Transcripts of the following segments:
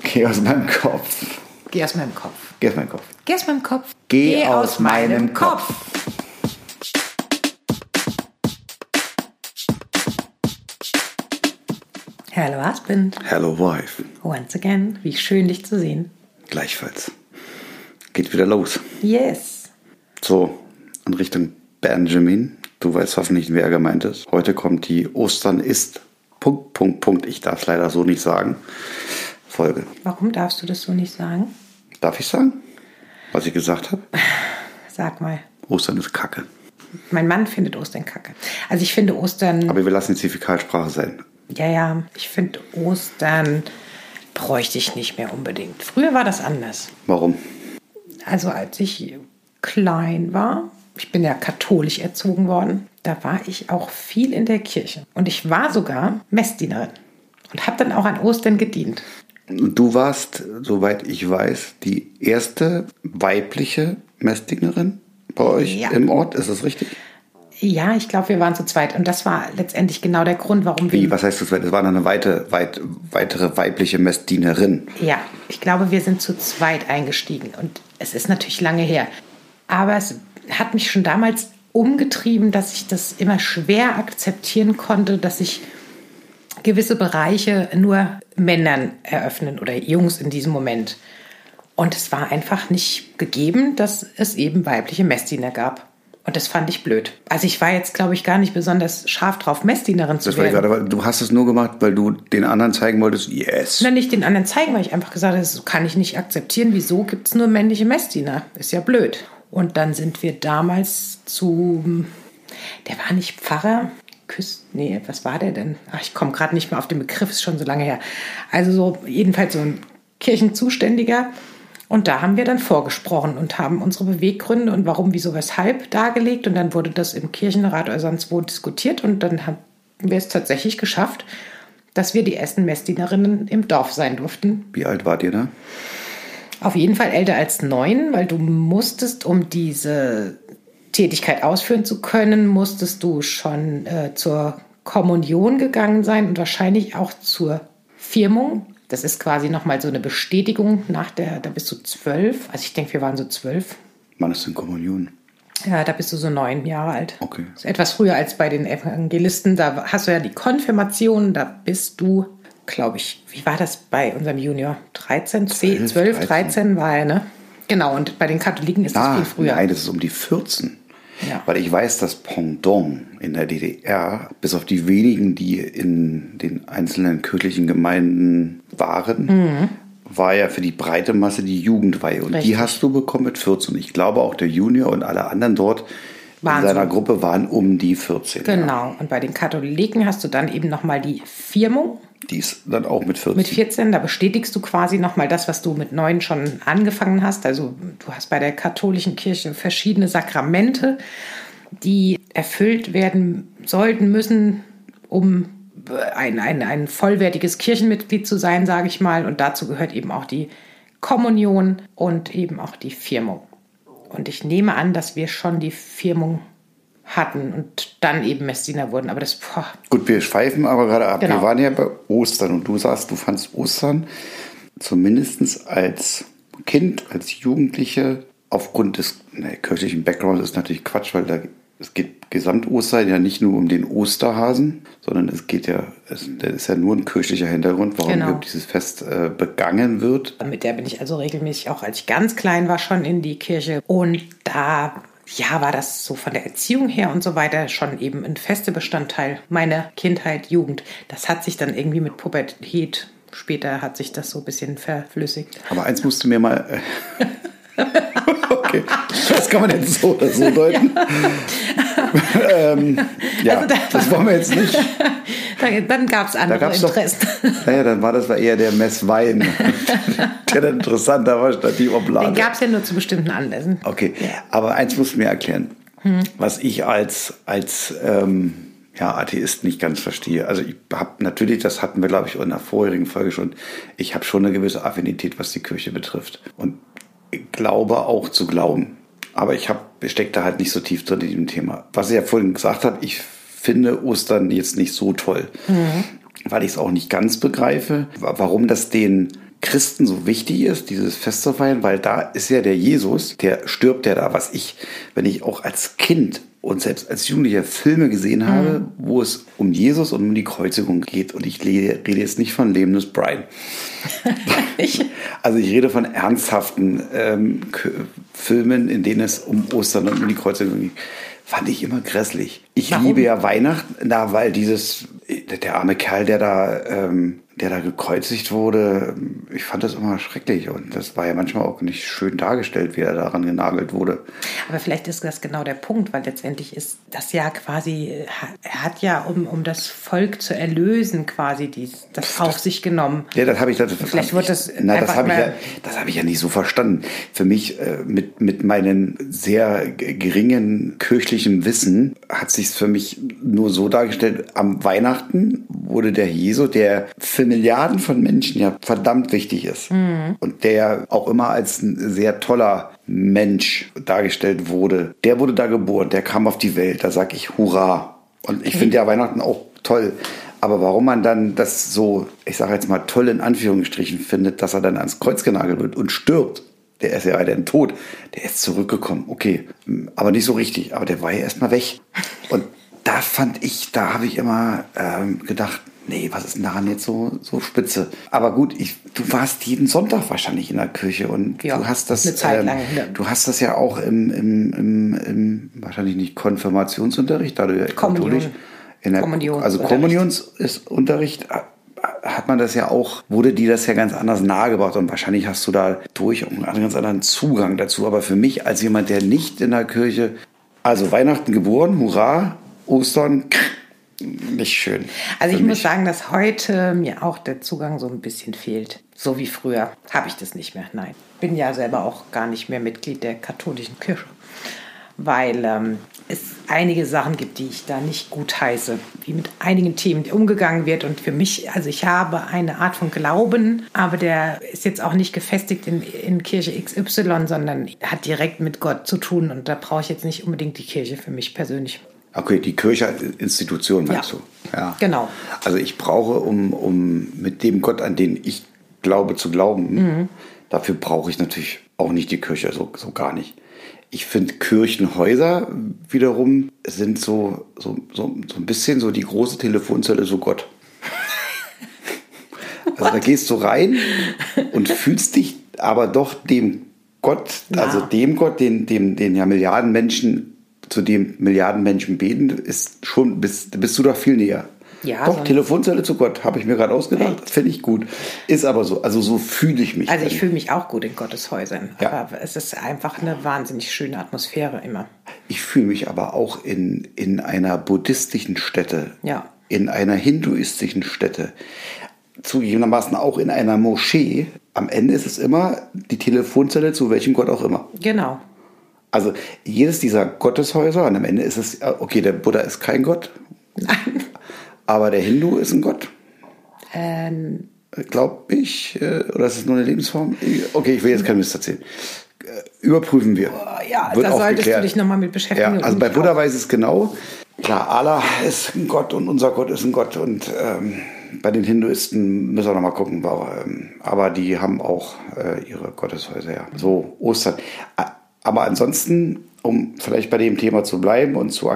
Geh aus meinem Kopf. Geh aus meinem Kopf. Geh aus meinem Kopf. Geh aus meinem Kopf. Geh aus meinem Kopf. Hello Husband, Hello Wife. once again. Wie schön, dich zu sehen. Gleichfalls. Geht wieder los. Yes. So, in Richtung Benjamin. Du weißt hoffentlich, wer gemeint ist. Heute kommt die Ostern ist. Punkt, Punkt, Punkt. Ich darf es leider so nicht sagen. Folge. Warum darfst du das so nicht sagen? Darf ich sagen, was ich gesagt habe? Sag mal. Ostern ist Kacke. Mein Mann findet Ostern kacke. Also ich finde Ostern, Aber wir lassen jetzt die Fäkalsprache sein. ja, ja, ich finde Ostern bräuchte ich nicht mehr unbedingt. Früher war das anders. Warum? Also als ich klein war, ich bin ja katholisch erzogen worden, da war ich auch viel in der Kirche. Und ich war sogar Messdienerin und habe dann auch an Ostern gedient. Du warst, soweit ich weiß, die erste weibliche Messdienerin bei euch Ja. im Ort. Ist das richtig? Ja, ich glaube, wir waren zu zweit. Und das war letztendlich genau der Grund, warum wir. Wie, was heißt das? Es war dann eine weite, weit, weitere weibliche Messdienerin. Ja, ich glaube, wir sind zu zweit eingestiegen. Und es ist natürlich lange her. Aber es hat mich schon damals umgetrieben, dass ich das immer schwer akzeptieren konnte, dass ich gewisse Bereiche nur Männern eröffnen oder Jungs in diesem Moment. Und es war einfach nicht gegeben, dass es eben weibliche Messdiener gab. Und das fand ich blöd. Also ich war jetzt, glaube ich, gar nicht besonders scharf drauf, Messdienerin zu Das war werden. gerade, weil du hast es nur gemacht, weil du den anderen zeigen wolltest, yes. Na, nicht den anderen zeigen, weil ich einfach gesagt habe, das kann ich nicht akzeptieren. Wieso gibt es nur männliche Messdiener? Ist ja blöd. Und dann sind wir damals zu. Der war nicht Pfarrer. Küst, nee, was war der denn? Ach, ich komme gerade nicht mehr auf den Begriff, ist schon so lange her. Also so, jedenfalls so ein Kirchenzuständiger. Und da haben wir dann vorgesprochen und haben unsere Beweggründe und warum, wieso, weshalb dargelegt. Und dann wurde das im Kirchenrat oder sonst wo diskutiert. Und dann haben wir es tatsächlich geschafft, dass wir die ersten Messdienerinnen im Dorf sein durften. Wie alt wart ihr da? Auf jeden Fall älter als neun, weil du musstest, um diese Tätigkeit ausführen zu können, musstest du schon äh, zur Kommunion gegangen sein und wahrscheinlich auch zur Firmung. Das ist quasi nochmal so eine Bestätigung nach der, da bist du zwölf. Also ich denke, wir waren so zwölf. Wann ist denn Kommunion? Ja, da bist du so neun Jahre alt. Okay. Ist etwas früher als bei den Evangelisten. Da hast du ja die Konfirmation, da bist du, glaube ich, wie war das bei unserem Junior? 13, 10, 12, 12, 13 war er, ne? Genau, und bei den Katholiken ist das Ah, viel früher. nein, das ist um die 14. Ja. Weil ich weiß, dass Pendant in der DDR, bis auf die wenigen, die in den einzelnen kirchlichen Gemeinden waren, war ja für die breite Masse die Jugendweihe. Und Mhm. Richtig. die hast du bekommen mit 14. Ich glaube auch der Junior und alle anderen dort Waren in seiner so. Gruppe waren um die 14. Ja. Genau, und bei den Katholiken hast du dann eben nochmal die Firmung Die ist dann auch mit 14. mit 14. Da bestätigst du quasi nochmal das, was du mit neun schon angefangen hast. Also du hast bei der katholischen Kirche verschiedene Sakramente, die erfüllt werden sollten, müssen, um ein, ein, ein vollwertiges Kirchenmitglied zu sein, sage ich mal. Und dazu gehört eben auch die Kommunion und eben auch die Firmung. Und ich nehme an, dass wir schon die Firmung hatten und dann eben Messdiener wurden. Aber das, boah, Gut, wir schweifen aber gerade ab. Genau. Wir waren ja bei Ostern und du sagst, du fandst Ostern zumindest als Kind, als Jugendliche, aufgrund des ne, kirchlichen Backgrounds ist natürlich Quatsch, weil da, es geht Gesamtostern ja nicht nur um den Osterhasen, sondern es geht ja, es, das ist ja nur ein kirchlicher Hintergrund, warum Genau. überhaupt dieses Fest äh, begangen wird. Mit der bin ich also regelmäßig auch, als ich ganz klein war, schon in die Kirche. Und da, ja, war das so von der Erziehung her und so weiter schon eben ein fester Bestandteil meiner Kindheit, Jugend. Das hat sich dann irgendwie mit Pubertät später hat sich das so ein bisschen verflüssigt. Aber eins musst du mir mal. äh, okay, das kann man jetzt so oder so deuten. ähm, ja, Also da- das wollen wir jetzt nicht. Dann, dann gab es Da andere gab's doch, Interessen. naja, dann war das war eher der Messwein, der dann interessanter war statt die Den Oblade. gab es ja nur zu bestimmten Anlässen. Okay, aber eins musst du mir erklären, Hm. was ich als, als ähm, ja, Atheist nicht ganz verstehe. Also ich habe natürlich, das hatten wir, glaube ich, in der vorherigen Folge schon, ich habe schon eine gewisse Affinität, was die Kirche betrifft. Und ich glaube auch zu glauben. Aber ich hab, ich steck da halt nicht so tief drin in dem Thema. Was ich ja vorhin gesagt habe, ich finde Ostern jetzt nicht so toll. Weil ich es auch nicht ganz begreife, wa- warum das den Christen so wichtig ist, dieses Fest zu feiern, weil da ist ja der Jesus, der stirbt ja da, was ich, wenn ich auch als Kind und selbst als Jugendlicher Filme gesehen habe, wo es um Jesus und um die Kreuzigung geht. Und ich le- rede jetzt nicht von lebendes Brian. Also ich rede von ernsthaften ähm, K- Filmen, in denen es um Ostern und um die Kreuzigung geht. Fand ich immer grässlich. Ich Warum? liebe ja Weihnachten, na, weil dieses, äh, der arme Kerl, der da, ähm, der da gekreuzigt wurde, ähm, ich fand das immer schrecklich. Und das war ja manchmal auch nicht schön dargestellt, wie er daran genagelt wurde. Aber vielleicht ist das genau der Punkt, weil letztendlich ist das ja quasi, äh, ha- er hat ja, um, um das Volk zu erlösen, quasi dies, das auf sich genommen. Ja, das habe ich das, Vielleicht wird das na, das einfach habe ich mal- ja, das habe ich ja nicht so verstanden. Für mich äh, mit mit meinen sehr g- geringen kirchlichen Wissen hat sich's für mich nur so dargestellt. Am Weihnachten wurde der Jesus, der für Milliarden von Menschen ja verdammt wichtig ist Mhm. und der auch immer als ein sehr toller Mensch dargestellt wurde. Der wurde da geboren, der kam auf die Welt. Da sag ich Hurra! Und ich finde ja Weihnachten auch toll. Aber warum man dann das so, ich sage jetzt mal toll in Anführungsstrichen findet, dass er dann ans Kreuz genagelt wird und stirbt, der ist ja leider dann tot, der ist zurückgekommen, okay, hm, aber nicht so richtig, aber der war ja erstmal weg. Und da fand ich, da habe ich immer ähm, gedacht, nee, was ist denn daran jetzt so, so spitze? Aber gut, ich, du warst jeden Sonntag wahrscheinlich in der Kirche und Ja, du hast das ähm, eine Zeit lang, ja. du hast das ja auch im, im, im, im wahrscheinlich nicht Konfirmationsunterricht, da du ja Kommunion. katholisch in der, Kommunion- also Unterricht. Kommunionsunterricht äh, hat man das ja auch, wurde dir das ja ganz anders nahegebracht und wahrscheinlich hast du da durch auch einen ganz anderen Zugang dazu. Aber für mich als jemand, der nicht in der Kirche, also Weihnachten geboren, hurra, Ostern, nicht schön. Also für ich muss mich. sagen, dass heute mir auch der Zugang so ein bisschen fehlt. So wie früher habe ich das nicht mehr. Nein, bin ja selber auch gar nicht mehr Mitglied der katholischen Kirche, weil ähm, es einige Sachen gibt, die ich da nicht gut heiße, wie mit einigen Themen umgegangen wird. Und für mich, also ich habe eine Art von Glauben, aber der ist jetzt auch nicht gefestigt in, in Kirche XY, sondern hat direkt mit Gott zu tun. Und da brauche ich jetzt nicht unbedingt die Kirche für mich persönlich. Okay, die Kirche als Institution, meinst Ja. du? Ja. Genau. Also ich brauche, um, um mit dem Gott, an den ich glaube, zu glauben, Mhm. dafür brauche ich natürlich auch nicht die Kirche, so, so gar nicht. Ich finde Kirchenhäuser wiederum sind so, so, so, so ein bisschen so die große Telefonzelle so Gott. Also da gehst du rein und fühlst dich aber doch dem Gott, Ja. also dem Gott, den, dem, den ja Milliarden Menschen, zu dem Milliarden Menschen beten, ist schon, bist, bist du da viel näher. Ja, Doch, so- Telefonzelle zu Gott, habe ich mir gerade ausgedacht, finde ich gut. Ist aber so, also so fühle ich mich. Also ich dann. fühle mich auch gut in Gotteshäusern, Ja. aber es ist einfach eine wahnsinnig schöne Atmosphäre immer. Ich fühle mich aber auch in, in einer buddhistischen Stätte, Ja. in einer hinduistischen Stätte, zugegebenermaßen auch in einer Moschee. Am Ende ist es immer die Telefonzelle zu welchem Gott auch immer. Genau. Also jedes dieser Gotteshäuser, und am Ende ist es, äh, okay, der Buddha ist kein Gott, aber der Hindu ist ein Gott, Ähm, glaube ich. äh, Oder ist es nur eine Lebensform? Ich- Okay, ich will jetzt keinen Mist erzählen. Äh, Überprüfen wir. Oh, ja, Wird da auch solltest geklärt. du dich nochmal mit beschäftigen. Ja, und also bei mich Buddha auch. weiß es genau. Klar, Allah ist ein Gott und unser Gott ist ein Gott. Und ähm, bei den Hinduisten müssen wir nochmal gucken. Aber, ähm, aber die haben auch äh, ihre Gotteshäuser. Ja. So, Ostern. A- Aber ansonsten, um vielleicht bei dem Thema zu bleiben und zu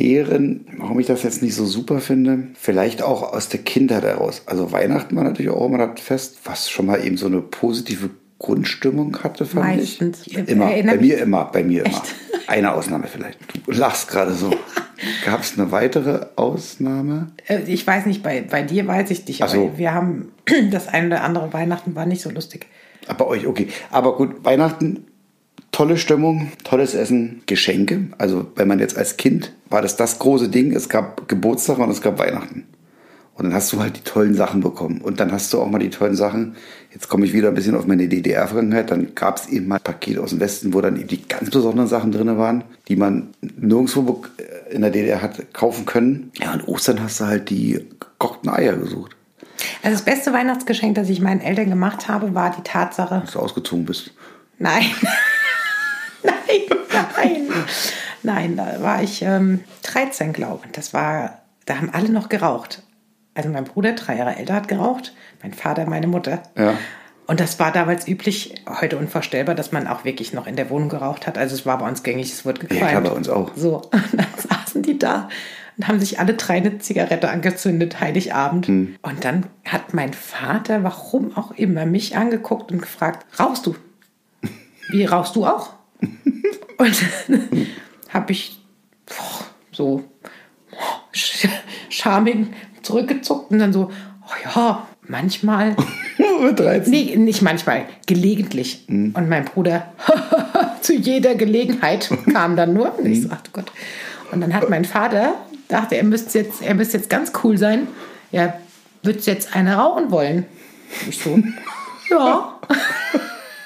erklären, warum ich das jetzt nicht so super finde, vielleicht auch aus der Kindheit heraus. Also Weihnachten war natürlich auch immer das Fest, was schon mal eben so eine positive Grundstimmung hatte, fand Meistens. ich. Immer. Erinnert Bei mir immer, bei mir immer. Echt? Eine Ausnahme vielleicht. Du lachst gerade so. Gab es eine weitere Ausnahme? Äh, Ich weiß nicht, bei, bei dir weiß ich dich, Ach aber so. wir haben das eine oder andere Weihnachten war nicht so lustig. Ah, Bei euch, okay. Aber gut, Weihnachten, tolle Stimmung, tolles Essen, Geschenke. Also wenn man jetzt als Kind, war das das große Ding. Es gab Geburtstage und es gab Weihnachten. Und dann hast du halt die tollen Sachen bekommen. Und dann hast du auch mal die tollen Sachen. Jetzt komme ich wieder ein bisschen auf meine DDR-Vergangenheit. Dann gab es eben mal ein Paket aus dem Westen, wo dann eben die ganz besonderen Sachen drin waren, die man nirgendwo bek- in der DDR hat kaufen können. Ja, und Ostern hast du halt die gekochten Eier gesucht, Also das beste Weihnachtsgeschenk, das ich meinen Eltern gemacht habe, war die Tatsache, dass du ausgezogen bist. Nein. nein, nein. Nein, da war ich ähm, 13, glaube ich. Das war, da haben alle noch geraucht. Also mein Bruder, drei Jahre älter, hat geraucht. Mein Vater, meine Mutter. Ja. Und das war damals üblich, heute unvorstellbar, dass man auch wirklich noch in der Wohnung geraucht hat. Also es war bei uns gängig, es wurde gequalmt. Ja, klar, bei uns auch. So, und dann saßen die da und haben sich alle drei eine Zigarette angezündet, Heiligabend. Hm. Und dann hat mein Vater, warum auch immer, mich angeguckt und gefragt, rauchst du? Wie, rauchst du auch? und dann habe ich boah, so sch- schamig zurückgezuckt und dann so, oh ja, manchmal... Uhr 13. Nee, nicht manchmal, gelegentlich. Hm. Und mein Bruder zu jeder Gelegenheit kam dann nur. Und ich Hm. so, ach du Gott. Und dann hat mein Vater, dachte, er müsste jetzt, er müsste jetzt ganz cool sein. Ja, wird jetzt eine rauchen wollen? Ich so, ja.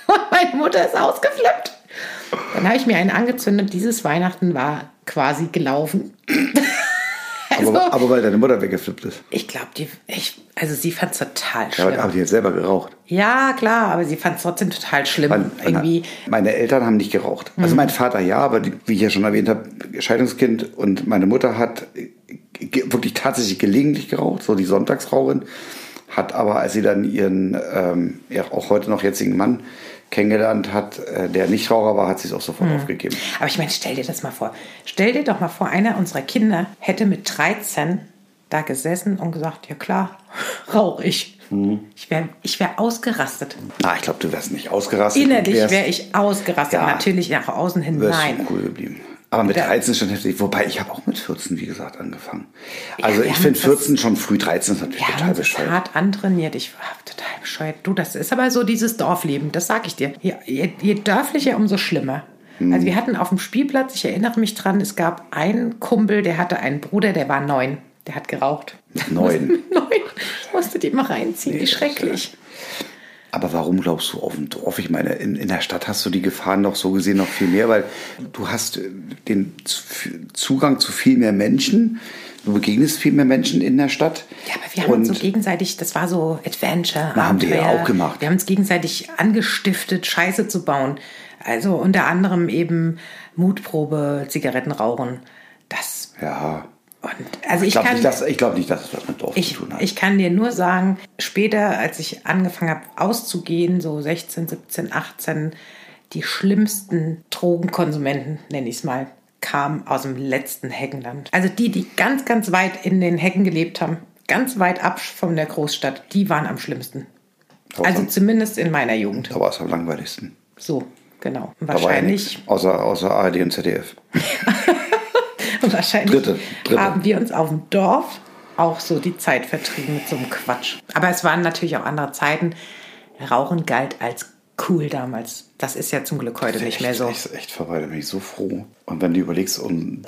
Und meine Mutter ist ausgeflippt. Dann habe ich mir einen angezündet. Dieses Weihnachten war quasi gelaufen. Also, Aber, aber weil deine Mutter weggeflippt ist. Ich glaube, die, ich, also sie fand es total Ja, schlimm. aber, aber die hat selber geraucht. Ja, klar, aber sie fand es trotzdem total schlimm. Mein- mein- irgendwie. Meine Eltern haben nicht geraucht. Also mein Vater ja, aber die, wie ich ja schon erwähnt habe, Scheidungskind und meine Mutter hat äh, ge- wirklich tatsächlich gelegentlich geraucht, so die Sonntagsraucherin, hat aber, als sie dann ihren ähm, ja, auch heute noch jetzigen Mann kennengelernt hat, äh, der Nichtraucher war, hat sie es auch sofort aufgegeben. Aber ich meine, stell dir das mal vor. Stell dir doch mal vor, einer unserer Kinder hätte mit 13 da gesessen und gesagt, ja klar, rauch ich. Ich wäre ich wär ausgerastet. Na, ich glaube, du Hm. wärst nicht ausgerastet. Du Innerlich wärst- wäre ich ausgerastet. Ja. Natürlich nach außen hin, wärst nein. du cool geblieben. Aber mit Da- 13 schon heftig. Wobei, ich habe auch mit 14, wie gesagt, angefangen. Also wir ich haben finde das- 14 schon früh, 13 ist natürlich Wir haben total uns bescheuert. hart antrainiert. Ich war total bescheuert. Du, das ist aber so dieses Dorfleben, das sag ich dir. Je, je, je dörflicher, umso schlimmer. Mhm. Also wir hatten auf dem Spielplatz, ich erinnere mich dran, es gab einen Kumpel, der hatte einen Bruder, der war neun. Der hat geraucht. Neun. neun. Musste die mal reinziehen, wie schrecklich. Aber warum glaubst du auf dem Dorf? Ich meine, in, in der Stadt hast du die Gefahren noch so gesehen noch viel mehr, weil du hast äh, den Zu- Zugang zu viel mehr Menschen. Du begegnest viel mehr Menschen in der Stadt. Ja, aber wir haben uns so Und gegenseitig, das war so Adventure. Na, haben wir ja Abenteuer. auch gemacht. Wir haben uns gegenseitig angestiftet, Scheiße zu bauen. Also unter anderem eben Mutprobe, Zigaretten rauchen. Das Ja, Und also ich, ich glaube kann, nicht, dass, ich glaub nicht, dass es was mit Dorf ich, zu tun hat. ich kann dir nur sagen, später, als ich angefangen habe auszugehen, so 16, 17, 18, die schlimmsten Drogenkonsumenten, nenne ich es mal, kamen aus dem letzten Heckenland. Also die, die ganz, ganz weit in den Hecken gelebt haben, ganz weit ab von der Großstadt, die waren am schlimmsten. Da war's Also am- zumindest in meiner Jugend. da war es am langweiligsten. So, genau. Und Da war ja Wahrscheinlich nichts. Außer, außer ARD und ZDF. Wahrscheinlich Dritte, dritte. haben wir uns auf dem Dorf auch so die Zeit vertrieben mit so einem Quatsch. Aber es waren natürlich auch andere Zeiten. Rauchen galt als cool damals. Das ist ja zum Glück heute nicht mehr so. Also Echt, echt, echt vorbei, da bin ich so froh. Und wenn du überlegst, un,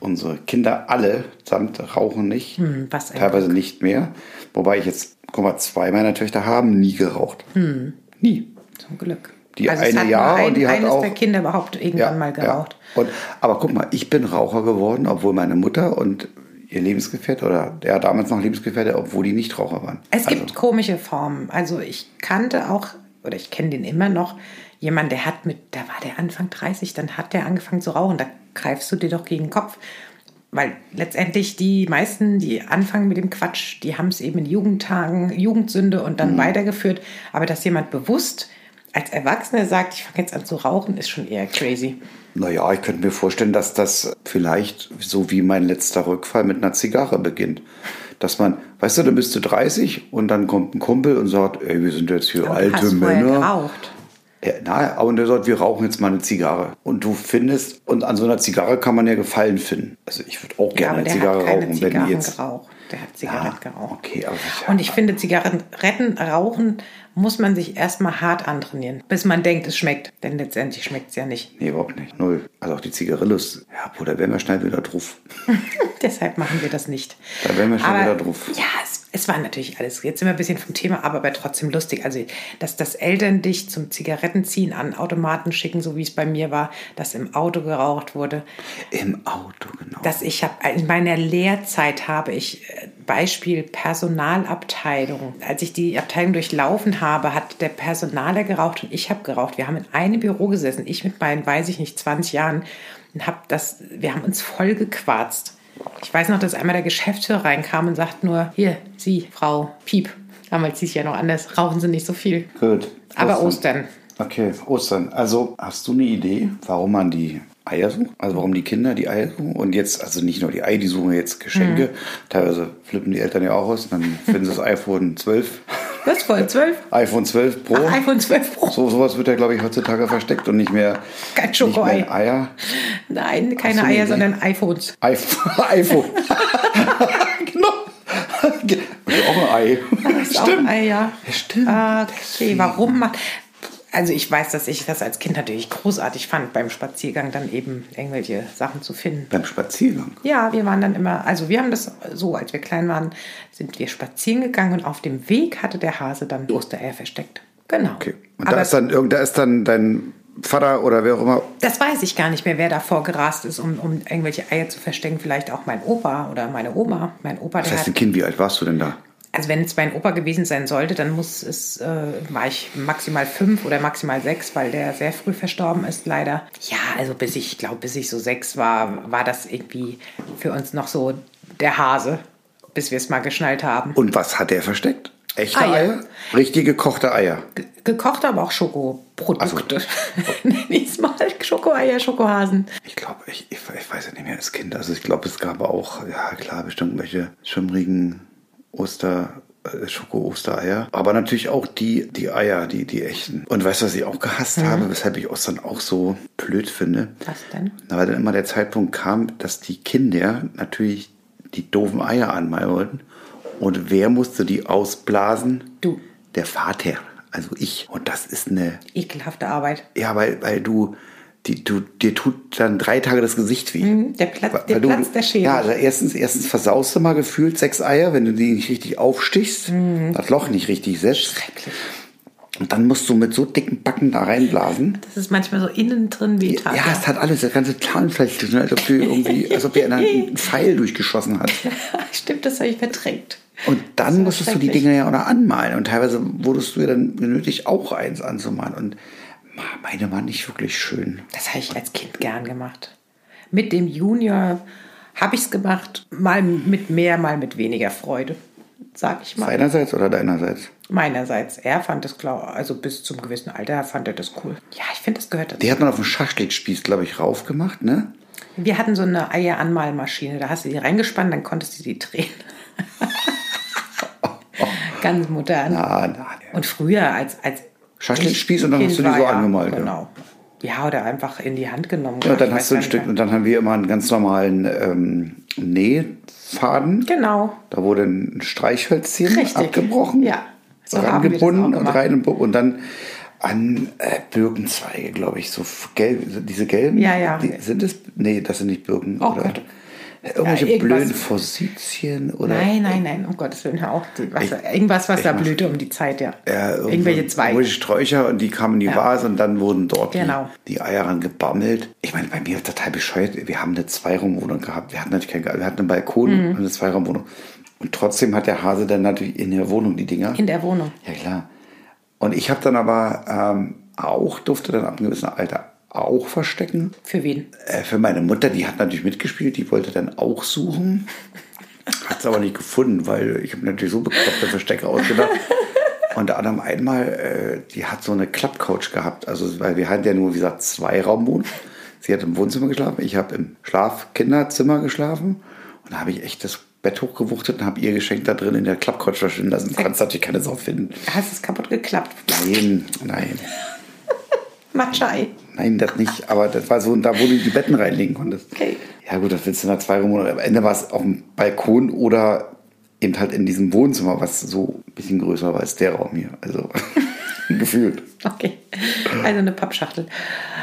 unsere Kinder alle samt rauchen nicht, was Hm, ein teilweise nicht mehr. Wobei ich jetzt, guck mal, zwei meiner Töchter haben nie geraucht. Hm. Nie. Zum Glück. Also Die es eine hat nur ja und ein, die hat eines auch- der Kinder überhaupt irgendwann mal geraucht. Ja. Und, aber guck mal, ich bin Raucher geworden, obwohl meine Mutter und ihr Lebensgefährte oder der damals noch Lebensgefährte, obwohl die nicht Raucher waren. Also, Es gibt komische Formen. Also ich kannte auch, oder ich kenne den immer noch, jemand, der hat mit, da war der Anfang 30, dann hat der angefangen zu rauchen. Da greifst du dir doch gegen den Kopf. Weil letztendlich die meisten, die anfangen mit dem Quatsch, die haben es eben in Jugendtagen, Jugendsünde und Mhm. dann weitergeführt. Aber dass jemand bewusst als Erwachsener sagt, ich fange jetzt an zu rauchen, ist schon eher crazy. Naja, ich könnte mir vorstellen, dass das vielleicht so wie mein letzter Rückfall mit einer Zigarre beginnt. Dass man, weißt du, dann bist du 30 und dann kommt ein Kumpel und sagt, ey, wir sind jetzt hier Aber du alte hast vorher Männer. geraucht. Ja, na, und der sagt, wir rauchen jetzt mal eine Zigarre. Und du findest, und an so einer Zigarre kann man ja Gefallen finden. Also ich würde auch Ja, gerne aber eine der Zigarre hat keine rauchen, wenn Zigarren die jetzt. geraucht. Der hat Zigaretten Ja, geraucht. okay, aber ich- Und ich finde, Zigaretten retten, rauchen, muss man sich erstmal hart antrainieren, bis man denkt, es schmeckt. Denn letztendlich schmeckt es ja nicht. Nee, überhaupt nicht. Null. Also auch die Zigarillos. Ja, Bruder, da wären wir schnell wieder drauf. Deshalb machen wir das nicht. Da wären wir schon aber, wieder drauf. Ja, es, es war natürlich alles. Jetzt sind wir ein bisschen vom Thema, aber, aber trotzdem lustig. Also, dass das Eltern dich zum Zigarettenziehen an Automaten schicken, so wie es bei mir war, dass im Auto geraucht wurde. Im Auto, genau. dass ich habe in meiner Lehrzeit habe ich äh, Beispiel Personalabteilung. Als ich die Abteilung durchlaufen habe, hat der Personaler geraucht und ich habe geraucht. Wir haben in einem Büro gesessen, ich mit meinen, weiß ich nicht, 20 Jahren und habe das wir haben uns voll gequarzt. Ich weiß noch, dass einmal der Geschäftsführer reinkam und sagt nur: "Hier, Sie, Frau Piep." Damals hieß ja noch anders, rauchen sie nicht so viel. Gut. Aber Ostern. Okay, Ostern. Also hast du eine Idee, warum man die Eier sucht? Also warum die Kinder die Eier suchen? Und jetzt, also nicht nur die Eier, die suchen jetzt Geschenke. Mhm. Teilweise flippen die Eltern ja auch aus. Und dann finden sie das iPhone 12, Was voll? 12? iPhone 12 Pro. Ach, iPhone 12 Pro. so, sowas wird ja, glaube ich, heutzutage versteckt und nicht mehr, Kein nicht mehr Schokoei. in Eier. Nein, Hast keine du eine Eier, Idee? sondern iPhones. iPhone. iPhone. genau. Ist auch ein Ei. Ist auch ein Ei, ja. Ja, stimmt. Okay, warum man. Also ich weiß, dass ich das als Kind natürlich großartig fand, beim Spaziergang dann eben irgendwelche Sachen zu finden. Beim Spaziergang. Ja, wir waren dann immer, also wir haben das so, als wir klein waren, sind wir spazieren gegangen und auf dem Weg hatte der Hase dann die Ostereier versteckt. Genau. Okay. Und Aber da ist dann irgend, da ist dann dein Vater oder wer auch immer. das weiß ich gar nicht mehr, wer davor gerast ist, um, um irgendwelche Eier zu verstecken. Vielleicht auch mein Opa oder meine Oma. Mein Opa, Das der heißt, hat ein Kind, wie alt warst du denn da? Also wenn es mein Opa gewesen sein sollte, dann muss es, äh, war ich maximal fünf oder maximal sechs, weil der sehr früh verstorben ist, leider. Ja, also bis ich, glaube, bis ich so sechs war, war das irgendwie für uns noch so der Hase, bis wir es mal geschnallt haben. Und was hat er versteckt? Echte Eier. Eier? Richtig gekochte Eier. Ge- Gekocht, aber auch Schokoprodukte. Nenn ich's mal Schokoeier, Schokohasen. Ich glaube, ich, ich, ich weiß ja nicht mehr als Kind. Also ich glaube, es gab auch, ja klar, bestimmt welche schimmrigen Oster. äh, Schoko-Ostereier, aber natürlich auch die, die Eier, die, die echten. Und weißt du, was ich auch gehasst habe, weshalb ich Ostern auch so blöd finde? Mhm. Was denn? Na, weil dann immer der Zeitpunkt kam, dass die Kinder natürlich die doofen Eier anmalen wollten. Und wer musste die ausblasen? Du. Der Vater, also ich. Und das ist eine Ekelhafte Arbeit. ja, weil, weil du, die, du, dir tut dann drei Tage das Gesicht weh. Hm, Der Platz, Weil der, du, Platz der Schere. Ja, also erstens, erstens versaust du mal gefühlt sechs Eier, wenn du die nicht richtig aufstichst, das Loch nicht richtig setzt. Mhm. Schrecklich. Und dann musst du mit so dicken Backen da reinblasen. Das ist manchmal so innen drin wie Ja, es hat alles, das ganze Zahnfleisch, ne, als ob du irgendwie, als ob dir einer einen Pfeil durchgeschossen hat. Stimmt, das habe ich verdrängt. Und Das dann war musstest du die schrecklich. Dinger ja auch noch anmalen. Und teilweise wurdest du ja dann genötigt, auch eins anzumalen. Und ma, meine waren nicht wirklich schön. Das habe ich als Kind gern gemacht. Mit dem Junior habe ich es gemacht, mal mit mehr, mal mit weniger Freude, sag ich mal. Seinerseits oder deinerseits? Meinerseits, er fand das klar, also bis zum gewissen Alter fand er das cool. Ja, ich finde, das gehört dazu. Die hat man auf dem Schaschlikspieß, glaube ich, raufgemacht, ne? Wir hatten so eine Eieranmalmaschine, da hast du die reingespannt, dann konntest du die drehen. Ganz modern. Ah, na, Und früher als als Schaschlikspieß und dann Kind hast du die war, so angemalt, ja. Genau. Ja, oder einfach in die Hand genommen. ja, dann Ich weiß hast du ein gar nicht Stück mehr. und dann haben wir immer einen ganz normalen ähm, Nähfaden. Genau. Da wurde ein Streichhölzchen Richtig. abgebrochen, Ja. So haben wir das auch rangebunden und gemacht. rein und, bupp und dann an äh, Birkenzweige, glaube ich, so f- gelb, diese gelben. Ja, ja. Die, sind es? Nee, das sind nicht Birken. Oh oder Gott. Irgendwelche Ja, irgendwas. blöden Fossizien oder Nein, nein, nein, um Gottes Willen, hör auf. Die- Was, irgendwas, was da blühte um die Zeit, ja. Ja, irgendwo- Irgendwelche irgendwelche Zweige. Sträucher und die kamen in die Vase und dann wurden dort Genau. die, die Eier ran gebammelt. Ich meine, bei mir ist total bescheuert. Wir haben eine Zweiraumwohnung gehabt. Wir hatten natürlich keinen, wir hatten einen Mhm. Balkon und eine Zweiraumwohnung. Und trotzdem hat der Hase dann natürlich in der Wohnung die Dinger. In der Wohnung. Ja, klar. Und ich habe dann aber ähm, auch, durfte dann ab einem gewissen Alter auch verstecken. Für wen? Äh, für meine Mutter, die hat natürlich mitgespielt, die wollte dann auch suchen. Hat es aber nicht gefunden, weil ich habe natürlich so bekloppte Verstecke ausgedacht. Unter anderem einmal, äh, die hat so eine Klappcouch gehabt. Also, weil wir hatten ja nur, wie gesagt, zwei Raumwohn. Sie hat im Wohnzimmer geschlafen, ich habe im Schlafkinderzimmer geschlafen. Und da habe ich echt das Bett hochgewuchtet und habe ihr Geschenk da drin in der Klappcouch verschwinden lassen. Kannst natürlich keine Sau finden. Hast es kaputt geklappt? Nein, nein. Matschei. Nein, das nicht. Aber das war so, da wo du die Betten reinlegen konntest. Okay. Ja gut, das willst du in der Zweiraumwohnung. Am Ende war es auf dem Balkon oder eben halt in diesem Wohnzimmer, was so ein bisschen größer war als der Raum hier. Also gefühlt. Okay. Also eine Pappschachtel.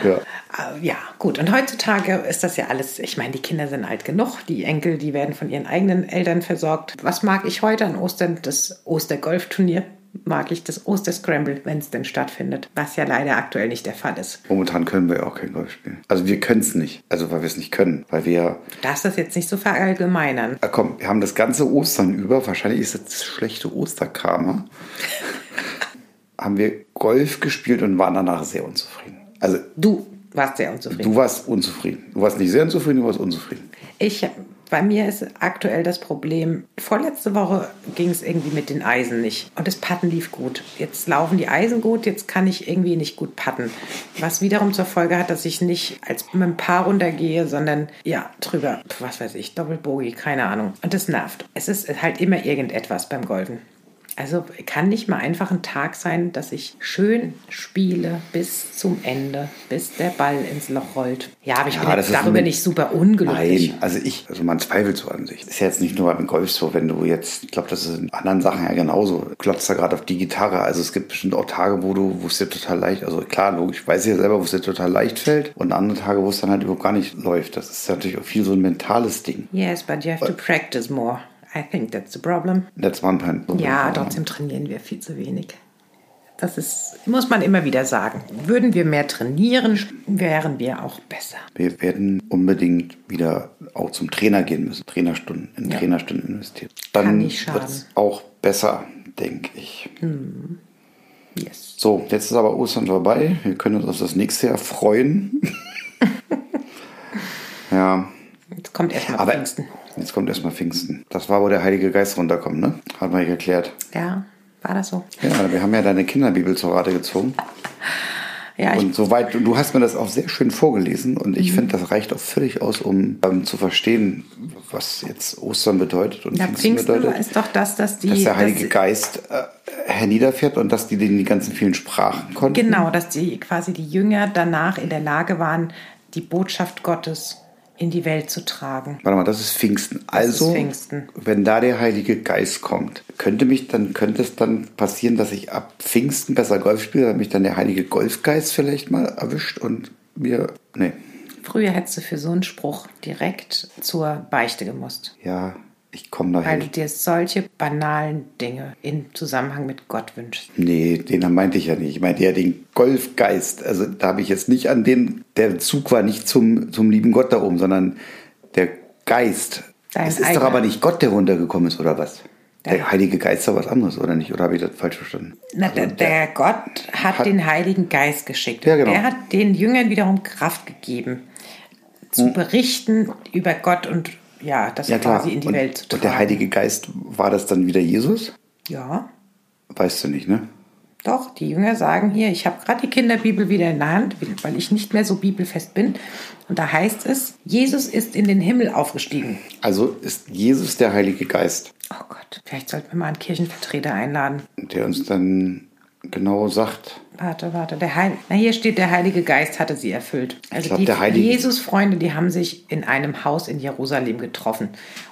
Ja. Äh, Ja, gut. Und heutzutage ist das ja alles, ich meine, die Kinder sind alt genug, die Enkel, die werden von ihren eigenen Eltern versorgt. Was mag ich heute an Ostern? Das Ostergolfturnier mag ich, das Osterscramble, wenn es denn stattfindet, was ja leider aktuell nicht der Fall ist. Momentan können wir auch kein Golf spielen. Also wir können es nicht. Also weil wir es nicht können. Weil wir, Du darfst das jetzt nicht so verallgemeinern. ah, komm, wir haben das ganze Ostern über, wahrscheinlich ist das das schlechte Osterkarma, haben wir Golf gespielt und waren danach sehr unzufrieden. Also Du warst sehr unzufrieden. du warst unzufrieden. Du warst nicht sehr unzufrieden, du warst unzufrieden. Ich Bei mir ist aktuell das Problem, vorletzte Woche ging es irgendwie mit den Eisen nicht. Und das Patten lief gut. Jetzt laufen die Eisen gut, jetzt kann ich irgendwie nicht gut patten. Was wiederum zur Folge hat, dass ich nicht als mit dem Paar runtergehe, sondern ja, drüber, Pf, was weiß ich, Doppelbogie, keine Ahnung. Und das nervt. Es ist halt immer irgendetwas beim Golfen. Also kann nicht mal einfach ein Tag sein, dass ich schön spiele bis zum Ende, bis der Ball ins Loch rollt. Ja, aber ich Ja, bin das jetzt ist darüber ein- nicht super unglücklich. Nein, also ich, also man zweifelt so an sich. Ist ja jetzt nicht nur beim Golf so, wenn du jetzt, ich glaube, das ist in anderen Sachen ja genauso. Du Klotzt da gerade auf die Gitarre. Also es gibt bestimmt auch Tage, wo du, wo es dir total leicht, also klar, logisch, weiß ich ja selber, wo es dir total leicht fällt und andere Tage, wo es dann halt überhaupt gar nicht läuft. Das ist natürlich auch viel so ein mentales Ding. Yes, but you have to practice more. I think that's the problem. That's one time. Ja, trotzdem trainieren wir viel zu wenig. Das ist, muss man immer wieder sagen. Würden wir mehr trainieren, wären wir auch besser. Wir werden unbedingt wieder auch zum Trainer gehen müssen. Trainerstunden, in Trainerstunden investieren. Dann Kann nicht schaden. wird's auch besser, denke ich. Yes. So, jetzt ist aber Ostern vorbei. Wir können uns auf das nächste Jahr freuen. ja, Jetzt kommt erstmal aber Pfingsten. jetzt kommt erstmal Pfingsten. Das war, wo der Heilige Geist runterkommt, ne? Hat man ja erklärt. Ja, war das so? Ja, wir haben ja deine Kinderbibel zur Rate gezogen. Ja, ich, Mhm. Und soweit, und du hast mir das auch sehr schön vorgelesen und ich finde, das reicht auch völlig aus, um ähm, zu verstehen, was jetzt Ostern bedeutet und ja Pfingsten ist doch das, dass die. dass der Heilige dass- Geist äh, herniederfährt und dass die den die ganzen vielen Sprachen konnten. Genau, dass die quasi die Jünger danach in der Lage waren, die Botschaft Gottes in die Welt zu tragen. Warte mal, das ist Pfingsten. Also, Pfingsten. wenn da der Heilige Geist kommt, könnte mich dann könnte es dann passieren, dass ich ab Pfingsten besser Golf spiele, damit mich dann der Heilige Golfgeist vielleicht mal erwischt und mir nee, Früher hättest du für so einen Spruch direkt zur Beichte gemusst. ja, ich komme Weil dahin. du dir solche banalen Dinge im Zusammenhang mit Gott wünschst. Nee, den meinte ich ja nicht. Ich meinte ja den Golfgeist. Also da habe ich jetzt nicht an den, der Zug war nicht zum, zum lieben Gott da oben, sondern der Geist. Dein es ist eigener. doch aber nicht Gott, der runtergekommen ist, oder was? Dein- Der Heilige Geist ist doch was anderes, oder nicht? Oder habe ich das falsch verstanden? Na, der, der Gott Also hat, den Heiligen Geist geschickt. Ja, genau. Er hat den Jüngern wiederum Kraft gegeben, zu berichten über Gott und Hm. ja, das Ja, klar. quasi in die und, Welt zu tragen. und der Heilige Geist, war das dann wieder Jesus? ja, Weißt du nicht, ne? doch, die Jünger sagen hier, ich habe gerade die Kinderbibel wieder in der Hand, weil ich nicht mehr so bibelfest bin. Und da heißt es, Jesus ist in den Himmel aufgestiegen. Also ist Jesus der Heilige Geist, Oh Gott, vielleicht sollten wir mal einen Kirchenvertreter einladen. der uns dann genau sagt, Warte, warte. Der Heil Na, hier steht, der Heilige Geist hatte sie erfüllt. Also glaub, die der Heilige- Jesus-Freunde, die haben sich in einem Haus in Jerusalem getroffen.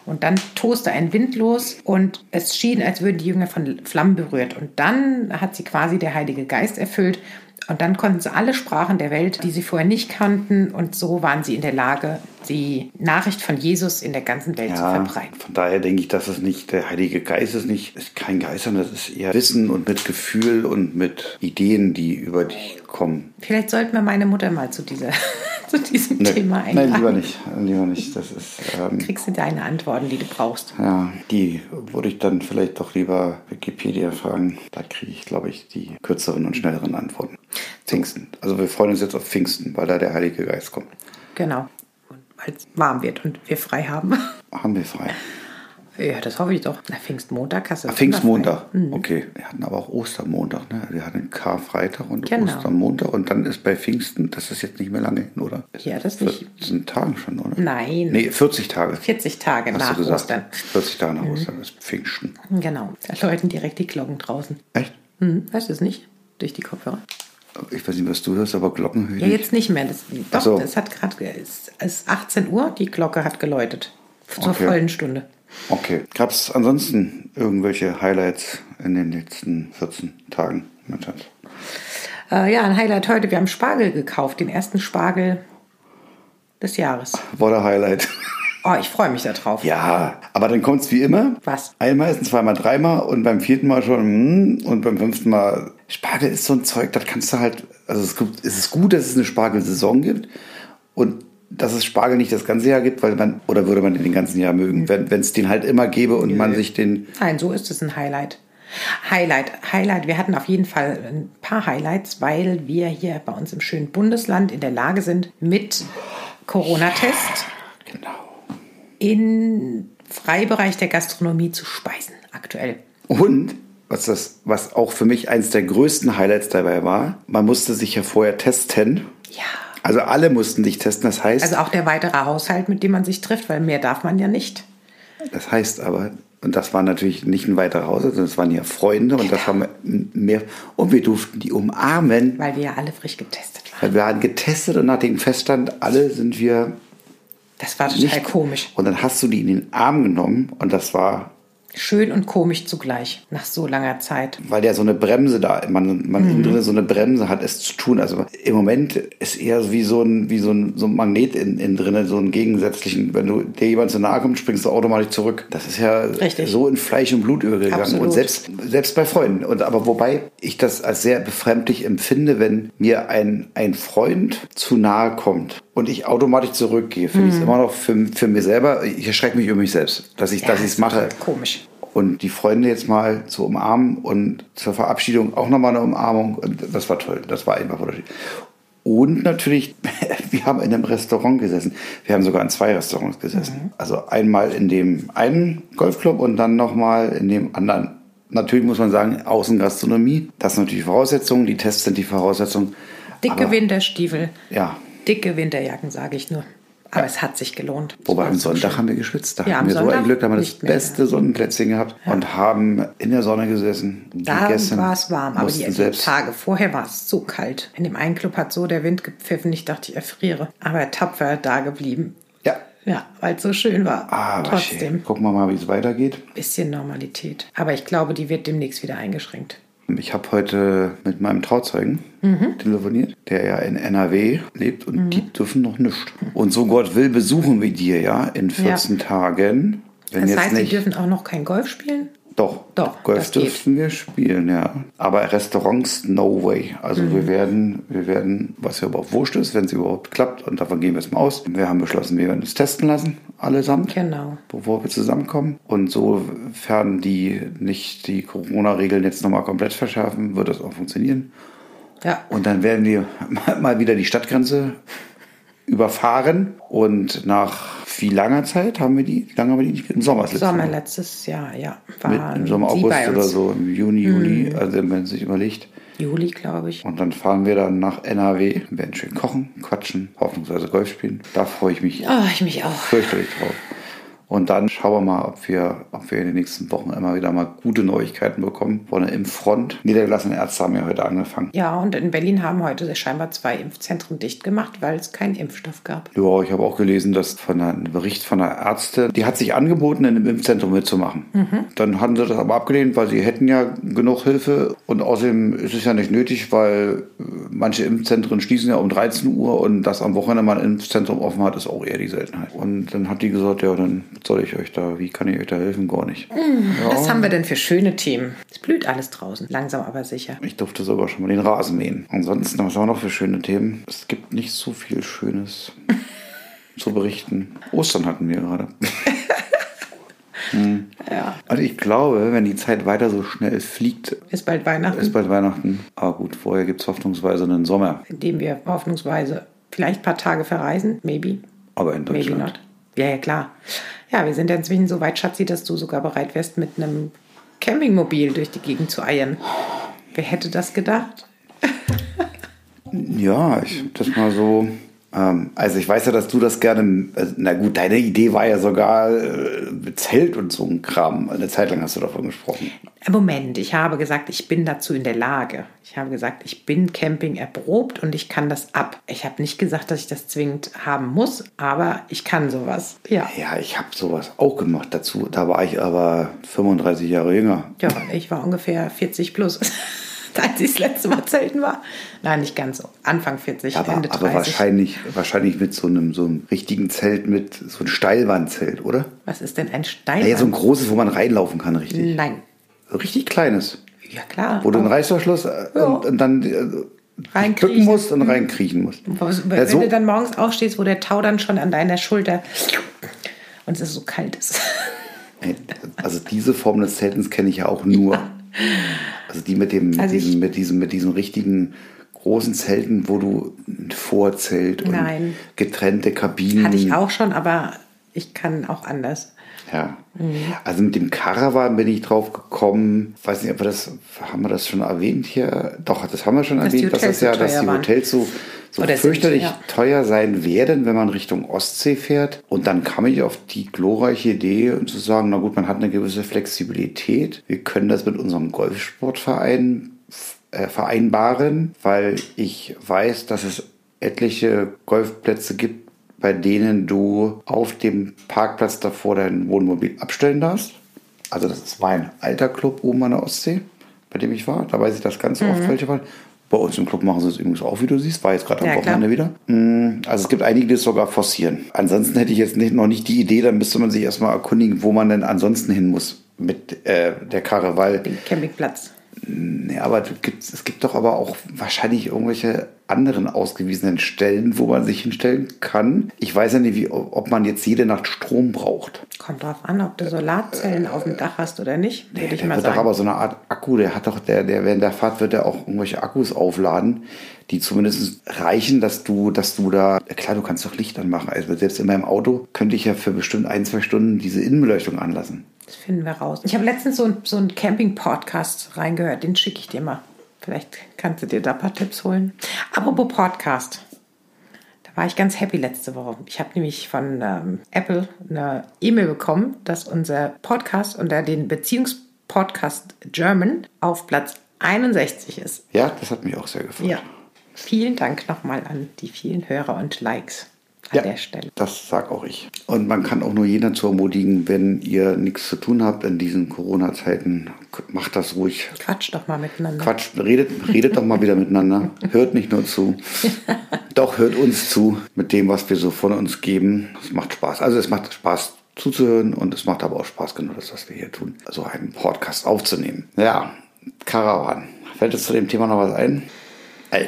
Und dann toste ein Wind los und es schien, als würden die Jünger von Flammen berührt. Und dann hat sie quasi der Heilige Geist erfüllt. Und dann konnten sie alle Sprachen der Welt, die sie vorher nicht kannten. Und so waren sie in der Lage, die Nachricht von Jesus in der ganzen Welt zu Ja, verbreiten. von daher denke ich, dass es nicht der Heilige Geist ist, nicht ist kein Geist, sondern das ist eher Wissen und mit Gefühl und mit Ideen, die über dich kommen. Vielleicht sollten wir meine Mutter mal zu, dieser, zu diesem Nee, Thema nein, einladen. lieber nicht, lieber nicht. Das ist ähm, Kriegst du deine Antworten, die du brauchst. ja, die würde ich dann vielleicht doch lieber Wikipedia fragen. Da kriege ich, glaube ich, die kürzeren und schnelleren Antworten. Pfingsten. Also wir freuen uns jetzt auf Pfingsten, weil da der Heilige Geist kommt. Genau. Und weil es warm wird und wir frei haben. Haben wir frei. Ja, das hoffe ich doch. Na, Pfingstmontag hast du. Ah, Pfingstmontag. Mhm. Okay. Wir hatten aber auch Ostermontag, ne? Wir hatten Karfreitag und Genau. Ostermontag und dann ist bei Pfingsten, das ist jetzt nicht mehr lange hin, oder? Ja, das nicht. 14 Tagen schon, oder? Nein. Nee, 40 Tage. 40 Tage Hast nach du gesagt. Ostern. Mhm. 40 Tage nach Ostern ist Pfingsten. Genau. Da läuten direkt die Glocken draußen. Echt? Hm, weißt du es nicht? Durch die Kopfhörer. Ich weiß nicht, was du hörst, aber Glocken höre ich Ja, nicht. jetzt nicht mehr. Das, doch, so. das hat gerade. Es ist 18 Uhr, die Glocke hat geläutet. Zur Okay. vollen Stunde. Okay. Gab es ansonsten irgendwelche Highlights in den letzten 14 Tagen? Mein Schatz? Äh, ja, ein Highlight heute. Wir haben Spargel gekauft, den ersten Spargel des Jahres. War der Highlight. Oh, ich freue mich darauf. Ja, aber dann kommt es wie immer. Was? Einmal ist ein zweimal, dreimal und beim vierten Mal schon hm, und beim fünften Mal. Spargel ist so ein Zeug, das kannst du halt. Also es, gibt, es ist gut, dass es eine Spargelsaison gibt und dass es Spargel nicht das ganze Jahr gibt, weil man, oder würde man den den ganzen Jahr mögen, wenn es den halt immer gäbe und man sich den. Nein, so ist es ein Highlight. Highlight, Highlight. Wir hatten auf jeden Fall ein paar Highlights, weil wir hier bei uns im schönen Bundesland in der Lage sind, mit Corona-Test Genau. im Freibereich der Gastronomie zu speisen, aktuell. Und was, das, was auch für mich eines der größten Highlights dabei war, man musste sich ja vorher testen. Ja. Also alle mussten dich testen. Das heißt, Also auch der weitere Haushalt, mit dem man sich trifft, weil mehr darf man ja nicht. das heißt aber, und das war natürlich nicht ein weiterer Hause, sondern es waren ja Freunde und Genau. das haben wir mehr. Und wir durften die umarmen. Weil wir ja alle frisch getestet waren. Weil wir waren getestet und nach dem Feststand, alle sind wir Das war total nicht komisch. Und dann hast du die in den Arm genommen und das war, Schön und komisch zugleich, nach so langer Zeit. weil der so eine Bremse da, man, man Mhm. innen drin so eine Bremse hat, es zu tun. Also im Moment ist eher so wie so ein, wie so ein, so ein Magnet in, in drinnen, so einen gegensätzlichen. Wenn du dir jemand zu nahe kommt, springst du automatisch zurück. Das ist ja Richtig. so in Fleisch und Blut übergegangen. Absolut. Und selbst, selbst bei Freunden. Und aber wobei ich das als sehr befremdlich empfinde, wenn mir ein, ein Freund zu nahe kommt. Und ich automatisch zurückgehe. Finde Mhm. ich es immer noch für, für mir selber. Ich erschrecke mich über mich selbst, dass ich dass ich es mache. Komisch. und die Freunde jetzt mal zu umarmen und zur Verabschiedung auch nochmal eine Umarmung. Und das war toll. Das war einfach wunderschön. Und natürlich, wir haben in einem Restaurant gesessen. Wir haben sogar in zwei Restaurants gesessen. Also einmal in dem einen Golfclub und dann nochmal in dem anderen. Natürlich muss man sagen, Außengastronomie, das sind natürlich Voraussetzungen, die Tests sind die Voraussetzungen. Dicke Aber- Winterstiefel, Ja, dicke Winterjacken, sage ich nur. Aber es hat sich gelohnt. Wobei am Es war so Sonntag schön. haben wir geschwitzt. Da Ja, am hatten wir so ein Sonntag Glück, da haben wir das nicht mehr, beste Sonnenplätzchen gehabt und haben in der Sonne gesessen. Da gegessen, war es warm, aber mussten die selbst. Tage vorher war es so kalt. In dem einen Club hat so der Wind gepfiffen, ich dachte, ich erfriere. Aber tapfer da geblieben. Ja, Ja, weil es so schön war. aber Trotzdem. Schön. Gucken wir mal, wie es weitergeht. Bisschen Normalität. Aber ich glaube, die wird demnächst wieder eingeschränkt. Ich habe heute mit meinem Trauzeugen Mhm. telefoniert, der ja in NRW lebt und die dürfen noch nicht. Und so Gott will, besuchen wir dir ja in 14 Tagen. Wenn Das jetzt heißt, nicht, die dürfen auch noch kein Golf spielen? Doch, Doch, Golf das geht. dürfen wir spielen, ja. Aber Restaurants, no way. Also Mhm. wir werden, wir werden, was ja überhaupt wurscht ist, wenn es überhaupt klappt, und davon gehen wir jetzt mal aus. Wir haben beschlossen, wir werden uns testen lassen, allesamt. Genau. Bevor wir zusammenkommen. Und sofern die nicht die Corona-Regeln jetzt nochmal komplett verschärfen, wird das auch funktionieren. Ja. Und dann werden wir mal wieder die Stadtgrenze überfahren. Und nach wie langer Zeit haben wir die? Wie lange haben wir die nicht? Im Sommer. das letzte Sommer Mal. letztes Jahr, ja. Mit, Waren Im Sommer, die August bei oder uns. Mhm. so, im Juni, Juli, also wenn man sich überlegt. Juli, glaube ich. Und dann fahren wir dann nach NRW, werden schön kochen, quatschen, hoffnungsweise Golf spielen. Da freue ich mich Oh, ich mich auch. fürchterlich drauf. Und dann schauen wir mal, ob wir, ob wir in den nächsten Wochen immer wieder mal gute Neuigkeiten bekommen. Von der Impfront. Niedergelassene Ärzte haben ja heute angefangen. Ja, und in Berlin haben heute scheinbar zwei Impfzentren dicht gemacht, weil es keinen Impfstoff gab. Ja, ich habe auch gelesen, dass von einer, ein Bericht von einer Ärztin, die hat sich angeboten, in einem Impfzentrum mitzumachen. Dann hatten sie das aber abgelehnt, weil sie hätten ja genug Hilfe und außerdem ist es ja nicht nötig, weil äh, manche Impfzentren schließen ja um 13 Uhr und dass am Wochenende mal ein Impfzentrum offen hat, ist auch eher die Seltenheit. Und dann hat die gesagt, ja, dann soll ich euch da, wie kann ich euch da helfen? Gar nicht. Was haben wir denn für schöne Themen? Es blüht alles draußen, langsam aber sicher. Ich durfte sogar schon mal den Rasen mähen. Ansonsten, was haben wir noch für schöne Themen? Es gibt nicht so viel Schönes zu berichten. Ostern hatten wir gerade. Ja. Also ich glaube, wenn die Zeit weiter so schnell fliegt, Ist bald Weihnachten, ist bald Weihnachten. Aber gut, vorher gibt es hoffnungsweise einen Sommer. indem wir hoffnungsweise vielleicht ein paar Tage verreisen, maybe, Aber in maybe Deutschland. not. Ja, ja, klar. Ja, wir sind ja inzwischen so weit, Schatzi, dass du sogar bereit wärst, mit einem Campingmobil durch die Gegend zu eiern. Wer hätte das gedacht? Ja, ich hab das mal so. Ähm, also ich weiß ja, dass du das gerne. äh, Na gut, deine Idee war ja sogar äh, mit Zelt und so ein Kram. Eine Zeit lang hast du davon gesprochen. Moment, ich habe gesagt, ich bin dazu in der Lage. Ich habe gesagt, ich bin Camping erprobt und ich kann das ab. Ich habe nicht gesagt, dass ich das zwingend haben muss, aber ich kann sowas. Ja. Ja, ich habe sowas auch gemacht dazu. Da war ich aber 35 Jahre jünger. Ja, ich war ungefähr 40 plus, als ich das letzte Mal zelten war. Nein, nicht ganz so. Anfang 40, Aber, Ende 30. aber wahrscheinlich, wahrscheinlich mit so einem, so einem richtigen Zelt, mit so einem Steilwandzelt, oder? Was ist denn ein Stein? Naja, so ein großes, wo man reinlaufen kann, richtig. Nein. richtig kleines, Ja, klar. wo du einen Reißverschluss äh, und, und dann äh, Reinkriechen. drücken musst und reinkriechen musst. Was- Ja, Wenn so, du dann morgens aufstehst, wo der Tau dann schon an deiner Schulter und es ist so kalt ist. Ey, also diese Form des Zeltens kenne ich ja auch nur. Also die mit dem, mit, Also ich- diesem, mit diesem, mit diesem richtigen großen Zelten, wo du ein Vorzelt und Nein. getrennte Kabinen. Hm. Hatte ich auch schon, aber ich kann auch anders. Ja. Mhm. Also mit dem Caravan bin ich drauf gekommen. Weiß nicht, ob wir das, haben wir das schon erwähnt hier? Doch, das haben wir schon Dass die erwähnt, dass, Hotels das ja, so dass teuer die waren. Hotels so, so Oder sind, fürchterlich ja. teuer sein werden, wenn man Richtung Ostsee fährt. Und dann kam ich auf die glorreiche Idee zu sagen, na gut, man hat eine gewisse Flexibilität. Wir können das mit unserem Golfsportverein äh, vereinbaren, weil ich weiß, dass es etliche Golfplätze gibt, bei denen du auf dem Parkplatz davor dein Wohnmobil abstellen darfst. Also das ist mein alter Club oben an der Ostsee, bei dem ich war. Da weiß ich das ganz Mhm. oft, welche waren. Bei uns im Club machen sie es übrigens auch, wie du siehst. War jetzt gerade am Ja, klar. Wochenende wieder. Mm, Also es gibt einige, die es sogar forcieren. Ansonsten hätte ich jetzt nicht, noch nicht die Idee, dann müsste man sich erstmal erkundigen, wo man denn ansonsten hin muss mit äh, der Karre, weil Den Campingplatz. Nee, aber du gibt's, es gibt doch aber auch wahrscheinlich irgendwelche anderen ausgewiesenen Stellen, wo man sich hinstellen kann. Ich weiß ja nicht, wie, ob man jetzt jede Nacht Strom braucht. Kommt drauf an, ob du Solarzellen auf dem Dach hast oder nicht, würde ich Äh, der mal wird sagen. doch aber so eine Art Akku, der hat doch, der, der während der Fahrt wird er auch irgendwelche Akkus aufladen, die zumindest reichen, dass du, dass du da, ja, klar, du kannst doch Licht anmachen. Also selbst in meinem Auto könnte ich ja für bestimmt ein, zwei Stunden diese Innenbeleuchtung anlassen. Das finden wir raus. Ich habe letztens so, ein, so einen Camping-Podcast reingehört. Den schicke ich dir mal. Vielleicht kannst du dir da ein paar Tipps holen. Apropos Podcast. Da war ich ganz happy letzte Woche. Ich habe nämlich von ähm, Apple eine E-Mail bekommen, dass unser Podcast unter den Beziehungspodcast German auf Platz 61 ist. Ja, das hat mich auch sehr gefreut. Ja. Vielen Dank nochmal an die vielen Hörer und Likes an der Stelle. Das sag auch ich. Und man kann auch nur jeden zu ermutigen, wenn ihr nichts zu tun habt in diesen Corona-Zeiten, k- macht das ruhig. Quatsch doch mal miteinander. Quatsch, redet, redet doch mal wieder miteinander. Hört nicht nur zu. Doch hört uns zu mit dem, was wir so von uns geben. Es macht Spaß. Also es macht Spaß zuzuhören und es macht aber auch Spaß, genau das, was wir hier tun, so einen Podcast aufzunehmen. Ja, Caravan. Fällt es zu dem Thema noch was ein?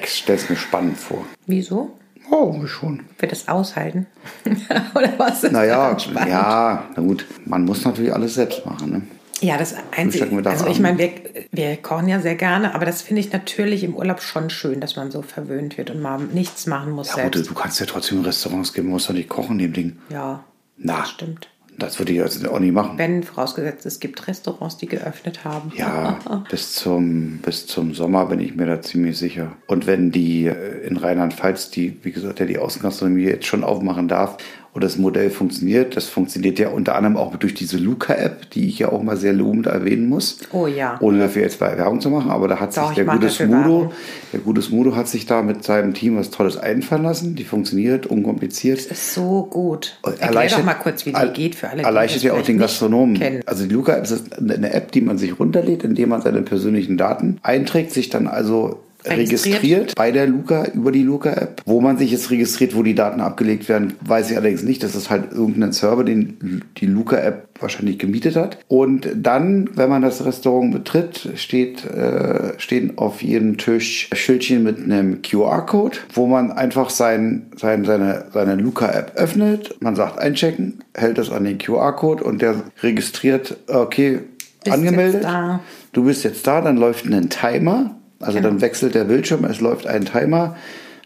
Ich stelle es mir spannend vor. Wieso? Oh, schon. Wird das aushalten? Oder was? Naja, Spannend. ja, na gut. Man muss natürlich alles selbst machen. Ne? Ja, das Frühstücken wir Einzige, da also ich an. meine, wir, wir kochen ja sehr gerne, aber das finde ich natürlich im Urlaub schon schön, dass man so verwöhnt wird und mal nichts machen muss Ja, gut, selbst. du kannst ja trotzdem in Restaurants gehen, musst doch nicht kochen, dem Ding. Ja, Na, das stimmt. das würde ich also auch nicht machen. Wenn vorausgesetzt, es gibt Restaurants, die geöffnet haben. Ja, bis zum, bis zum Sommer bin ich mir da ziemlich sicher. Und wenn die äh, in Rheinland-Pfalz, die, wie gesagt, ja die Außengastronomie jetzt schon aufmachen darf und das Modell funktioniert, das funktioniert ja unter anderem auch durch diese Luca-App, die ich ja auch mal sehr lobend erwähnen muss. Oh ja. Ohne dafür jetzt bei Werbung zu machen, aber da hat Doch, sich ich der mach gute dafür Smudo, Werbung. der gute Smudo hat sich da mit seinem Team was Tolles einfallen lassen. Die funktioniert, unkompliziert. Ist so gut. Erklär Erleichtert- doch mal kurz, wie die er- geht für alle. die Erleichtert das ja auch den vielleicht nicht Gastronomen. kennen. Also die Luca-App ist eine App, die man sich runterlädt, indem man seine persönlichen Daten einträgt, sich dann also registriert, Registriert. bei der Luca über die Luca-App. Wo man sich jetzt registriert, wo die Daten abgelegt werden, weiß ich allerdings nicht. Das ist halt irgendein Server, den die Luca-App wahrscheinlich gemietet hat. Und dann, wenn man das Restaurant betritt, steht, äh, stehen auf jedem Tisch Schildchen mit einem QR-Code, wo man einfach sein, sein, seine, seine Luca-App öffnet. Man sagt einchecken, hält das an den QR-Code und der registriert, okay, Bist angemeldet. jetzt da. Du bist jetzt da, dann läuft ein Timer. Also Genau. dann wechselt der Bildschirm, es läuft ein Timer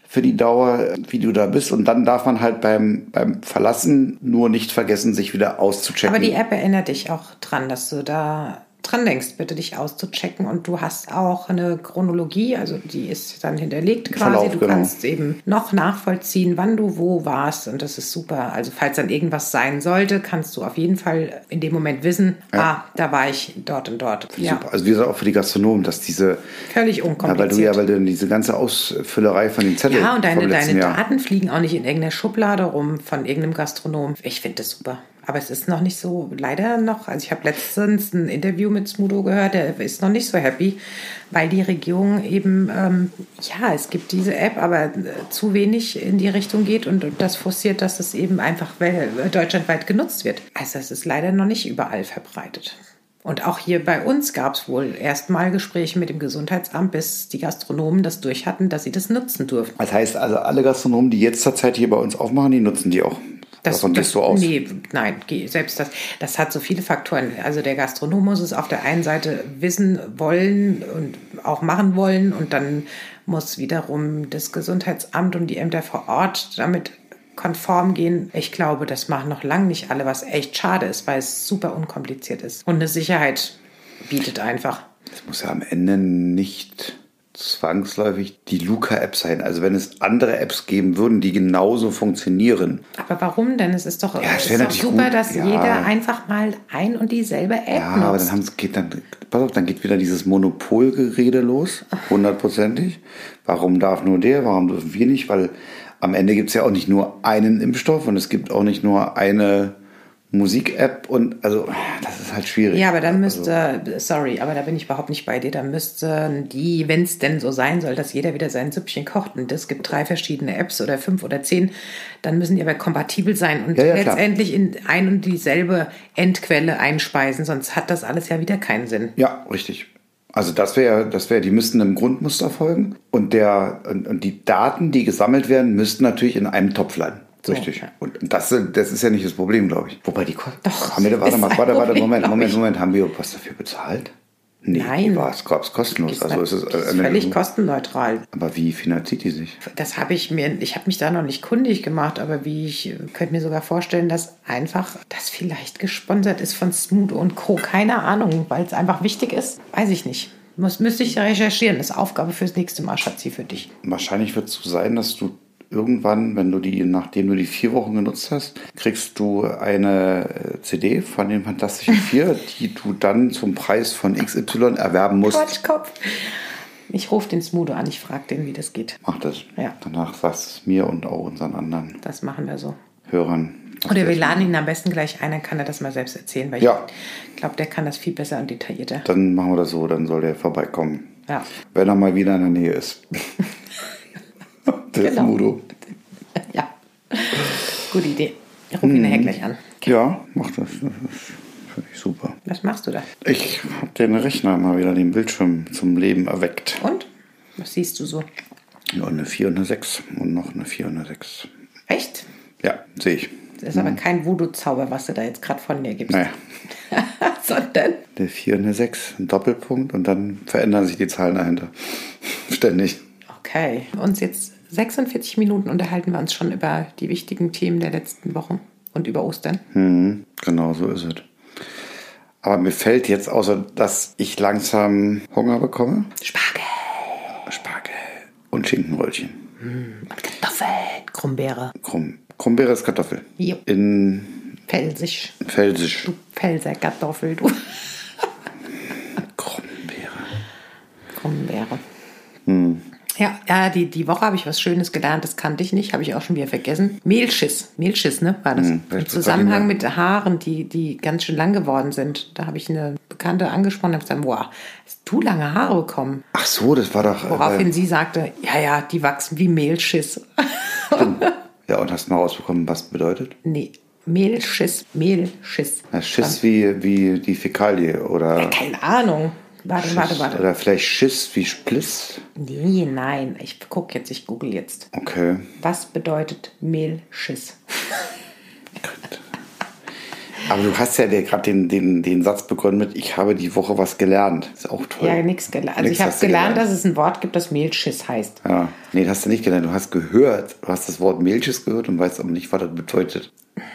für die Dauer, wie du da bist. Und dann darf man halt beim, beim Verlassen nur nicht vergessen, sich wieder auszuchecken. Aber die App erinnert dich auch dran, dass du da dran denkst, bitte dich auszuchecken. Und du hast auch eine Chronologie, also die ist dann hinterlegt quasi. Verlauf, du genau. kannst eben noch nachvollziehen, wann du wo warst. Und das ist super. Also falls dann irgendwas sein sollte, kannst du auf jeden Fall in dem Moment wissen, ah, da war ich dort und dort. Ja, Super. Also wie gesagt, auch für die Gastronomen, dass diese... völlig Ja, weil du ja, unkompliziert. weil du diese ganze Ausfüllerei von den Zetteln Ja, und deine, vom letzten deine Jahr... Daten fliegen auch nicht in irgendeiner Schublade rum von irgendeinem Gastronom. Ich finde das super. Aber es ist noch nicht so, leider noch. Also ich habe letztens ein Interview mit Smudo gehört, der ist noch nicht so happy, weil die Regierung eben, ähm, ja, es gibt diese App, aber äh, zu wenig in die Richtung geht und das forciert, dass es eben einfach wel- deutschlandweit genutzt wird. Also es ist leider noch nicht überall verbreitet. Und auch hier bei uns gab es wohl erstmal Gespräche mit dem Gesundheitsamt, bis die Gastronomen das durch hatten, dass sie das nutzen dürfen. Das heißt also, alle Gastronomen, die jetzt zurzeit hier bei uns aufmachen, die nutzen die auch. Davon gehst du aus. Nee, nein, geh- selbst das, das hat so viele Faktoren. Also der Gastronom muss es auf der einen Seite wissen wollen und auch machen wollen und dann muss wiederum das Gesundheitsamt und die Ämter vor Ort damit konform gehen. Ich glaube, das machen noch lange nicht alle, was echt schade ist, weil es super unkompliziert ist und eine Sicherheit bietet einfach. Es muss ja am Ende nicht zwangsläufig die Luca-App sein. Also wenn es andere Apps geben würden, die genauso funktionieren. Aber warum denn? Es ist doch, Ja, es es wär ist doch natürlich super, gut, dass ja. jeder einfach mal ein und dieselbe App Ja, nutzt. aber dann, haben's, geht dann, pass auf, dann geht wieder dieses Monopolgerede los, hundertprozentig. Warum darf nur der, warum dürfen wir nicht? Weil am Ende gibt es ja auch nicht nur einen Impfstoff und es gibt auch nicht nur eine Musik-App und also das ist halt schwierig. Ja, aber dann müsste, sorry, aber da bin ich überhaupt nicht bei dir. Dann müssten die, wenn es denn so sein soll, dass jeder wieder sein Süppchen kocht und es gibt drei verschiedene Apps oder fünf oder zehn, dann müssen die aber kompatibel sein und Ja, ja, klar. letztendlich in ein und dieselbe Endquelle einspeisen, sonst hat das alles ja wieder keinen Sinn. Ja, richtig. Also das wäre, das wäre, die müssten einem Grundmuster folgen und der und, und die Daten, die gesammelt werden, müssten natürlich in einem Topf landen. Richtig. ja. Und und das, sind- das ist ja nicht das Problem, glaube ich. Wobei die Kosten. Doch, Haben wir, da- das warte ist mal, ein warte, warte, Problem, Moment, glaub Moment, ich. Moment. Haben wir was dafür bezahlt? Nee, Nein. die war es gab's kostenlos. Also ist es das ist völlig kostenneutral. Aber wie finanziert die sich? Das habe ich mir, ich habe mich da noch nicht kundig gemacht, aber wie ich könnte mir sogar vorstellen, dass einfach das vielleicht gesponsert ist von Smoot und Co. Keine Ahnung, weil es einfach wichtig ist. Weiß ich nicht. Muss, müsste ich recherchieren. Das ist Aufgabe fürs nächste Mal, Schatzi, für dich. Wahrscheinlich wird es so sein, dass du irgendwann, wenn du die, nachdem du die vier Wochen genutzt hast, kriegst du eine äh, CD von den Fantastischen Vier, die du dann zum Preis von XY erwerben musst. Quatschkopf. Ich rufe den Smudo an, ich frage den, wie das geht. Mach das. Ja. Danach sagst du es mir und auch unseren anderen Das machen wir so. Hörern. Oder wir laden ihn am besten gleich ein, dann kann er das mal selbst erzählen, weil Ja. ich glaube, der kann das viel besser und detaillierter. Dann machen wir das so, dann soll der vorbeikommen. Ja. Wenn er mal wieder in der Nähe ist. Der Genau. Mudo. Ja. Gute Idee. Ruf ihn nachher gleich an. Ja, mach das. Das ist- finde ich super. Was machst du da? Ich habe den Rechner mal wieder, den Bildschirm zum Leben erweckt. Und? Was siehst du so? Ja, eine 4 und eine 6 und noch eine 4 und eine 6. Echt? Ja, sehe ich. Das ist aber kein Voodoo-Zauber, was du da jetzt gerade von dir gibst. Naja, Sondern eine 4 und eine 6, ein Doppelpunkt und dann verändern sich die Zahlen dahinter. Ständig. Okay. Uns jetzt 46 Minuten unterhalten wir uns schon über die wichtigen Themen der letzten Wochen und über Ostern. Mhm, genau so ist es. Aber mir fällt jetzt, außer dass ich langsam Hunger bekomme, Spargel Spargel und Schinkenröllchen. und Kartoffeln, Grumbeere, Krumm. Krummbeere ist Kartoffel. Jupp. In Pfälzisch, Felsisch. Pfälzer Kartoffel, du. Krummbeere. Grumbeere. Ja, ja die, die Woche habe ich was Schönes gelernt, das kannte ich nicht, habe ich auch schon wieder vergessen. Mehlschiss, Mehlschiss, ne, war das? das Im ist Zusammenhang doch mit Haaren, die, die ganz schön lang geworden sind. Da habe ich eine Bekannte angesprochen und habe gesagt, boah, hast du lange Haare bekommen? Ach so, das war doch. äh, Woraufhin sie sagte, ja, ja, die wachsen wie Mehlschiss. äh, ja, und hast mal rausbekommen, was bedeutet? nee, Mehlschiss, Mehlschiss. Na, Schiss wie, wie die Fäkalie oder. Keine Ahnung. Warte, warte, warte. Oder vielleicht Schiss wie Spliss. Nee, nein, ich gucke jetzt, ich google jetzt. Okay. Was bedeutet Mehlschiss? Aber du hast ja gerade den, den, den Satz begonnen mit, ich habe die Woche was gelernt. Ist auch toll. Ja, nichts gelernt. Also Nix ich habe hast du gelernt, dass es ein Wort gibt, das Mehlschiss heißt. Ja, nee, das hast du nicht gelernt. Du hast gehört, du hast das Wort Milchis gehört und weißt aber nicht, was das bedeutet.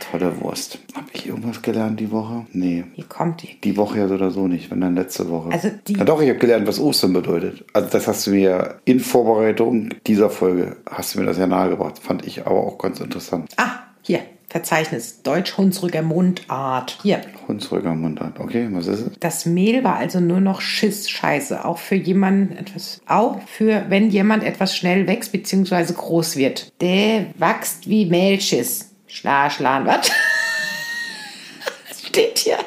Tolle Wurst. Habe ich irgendwas gelernt die Woche? Nee. Hier kommt die. Die Woche ja so oder so nicht, wenn dann letzte Woche. Also die- ja, doch, ich habe gelernt, was Ostern bedeutet. Also das hast du mir in Vorbereitung dieser Folge, hast du mir das ja nahegebracht. Fand ich aber auch ganz interessant. Ah, hier, Verzeichnis. Deutsch-Hunsrücker Mundart. Hier. Hunsrücker Mundart. Okay, was ist es? Das Mehl war also nur noch Schiss, Scheiße. Auch für jemanden etwas, auch für, wenn jemand etwas schnell wächst bzw. groß wird. Der wächst wie Mehlschiss. Schla, schlan, was? Das steht hier.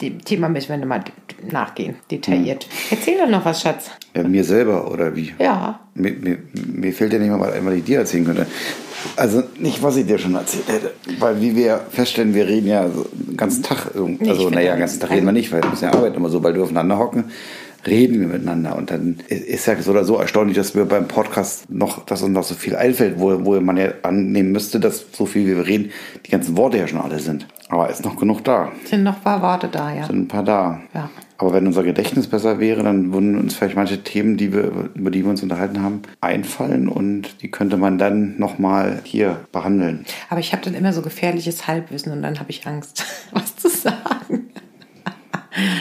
Dem Thema müssen wir nochmal nachgehen, Hm. detailliert. Erzähl doch noch was, Schatz. Ja, Äh, mir selber oder wie? Ja, Mir, mir, mir fehlt ja nicht mal was ein, was ich dir erzählen könnte. Also nicht, was ich dir schon erzählt hätte. Weil wie wir feststellen, wir reden ja so den ganzen Tag irgendwie. Nee, ich Also finde naja, ja den ganzen Tag nicht. reden wir nicht, weil wir müssen ja arbeiten immer so, weil wir aufeinander hocken, reden wir miteinander. Und dann ist ja so oder so erstaunlich, dass wir beim Podcast noch, dass uns noch so viel einfällt, wo, wo man ja annehmen müsste, dass so viel wie wir reden, die ganzen Worte ja schon alle sind. Aber ist noch genug da. sind noch ein paar Worte da, ja. Sind ein paar da. Ja. Aber Aber wenn unser Gedächtnis besser wäre, dann würden uns vielleicht manche Themen, die wir, über die wir uns unterhalten haben, einfallen und die könnte man dann nochmal hier behandeln. Aber ich habe dann immer so gefährliches Halbwissen und dann habe ich Angst, was zu sagen.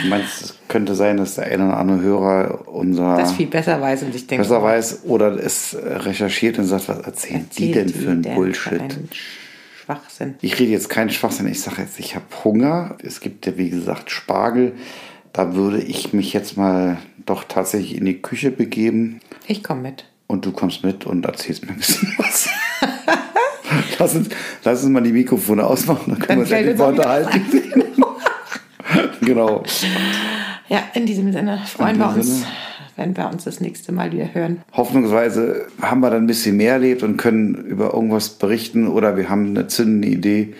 Du meinst, es könnte sein, dass der eine oder andere Hörer unser Das viel besser weiß und ich denke, besser weiß oder es recherchiert und sagt, was erzählen die erzählt denn für ein die denn Bullshit? einen Schwachsinn. Ich rede jetzt keinen Schwachsinn. Ich sage jetzt, ich habe Hunger. Es gibt ja, wie gesagt, Spargel. Da würde ich mich jetzt mal doch tatsächlich in die Küche begeben. Ich komme mit. Und du kommst mit und erzählst mir ein bisschen was. lass, uns, lass uns mal die Mikrofone ausmachen, dann können wir uns fällt endlich uns mal auch wieder unterhalten. genau. Ja, in diesem Sinne freuen In wir diesem uns, Sinne. wenn wir uns das nächste Mal wieder hören. Hoffnungsweise haben wir dann ein bisschen mehr erlebt und können über irgendwas berichten oder wir haben eine zündende Idee.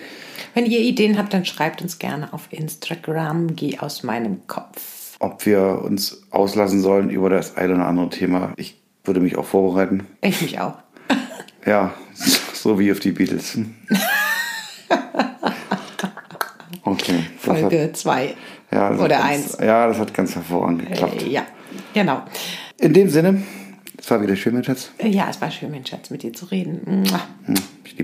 Wenn ihr Ideen habt, dann schreibt uns gerne auf Instagram. Geh aus meinem Kopf. ob wir uns auslassen sollen über das eine oder andere Thema. Ich würde mich auch vorbereiten. Ich mich auch. Ja, so wie auf die Beatles. Hm? Okay. das hat- Folge 2 ja, das hat oder ganz, 1. Ja, das hat ganz hervorragend geklappt. Ja, genau. In dem Sinne, es war wieder schön, mein Schatz. Ja, es war schön, mein Schatz, mit dir zu reden. Mua. Hm, Ich liebe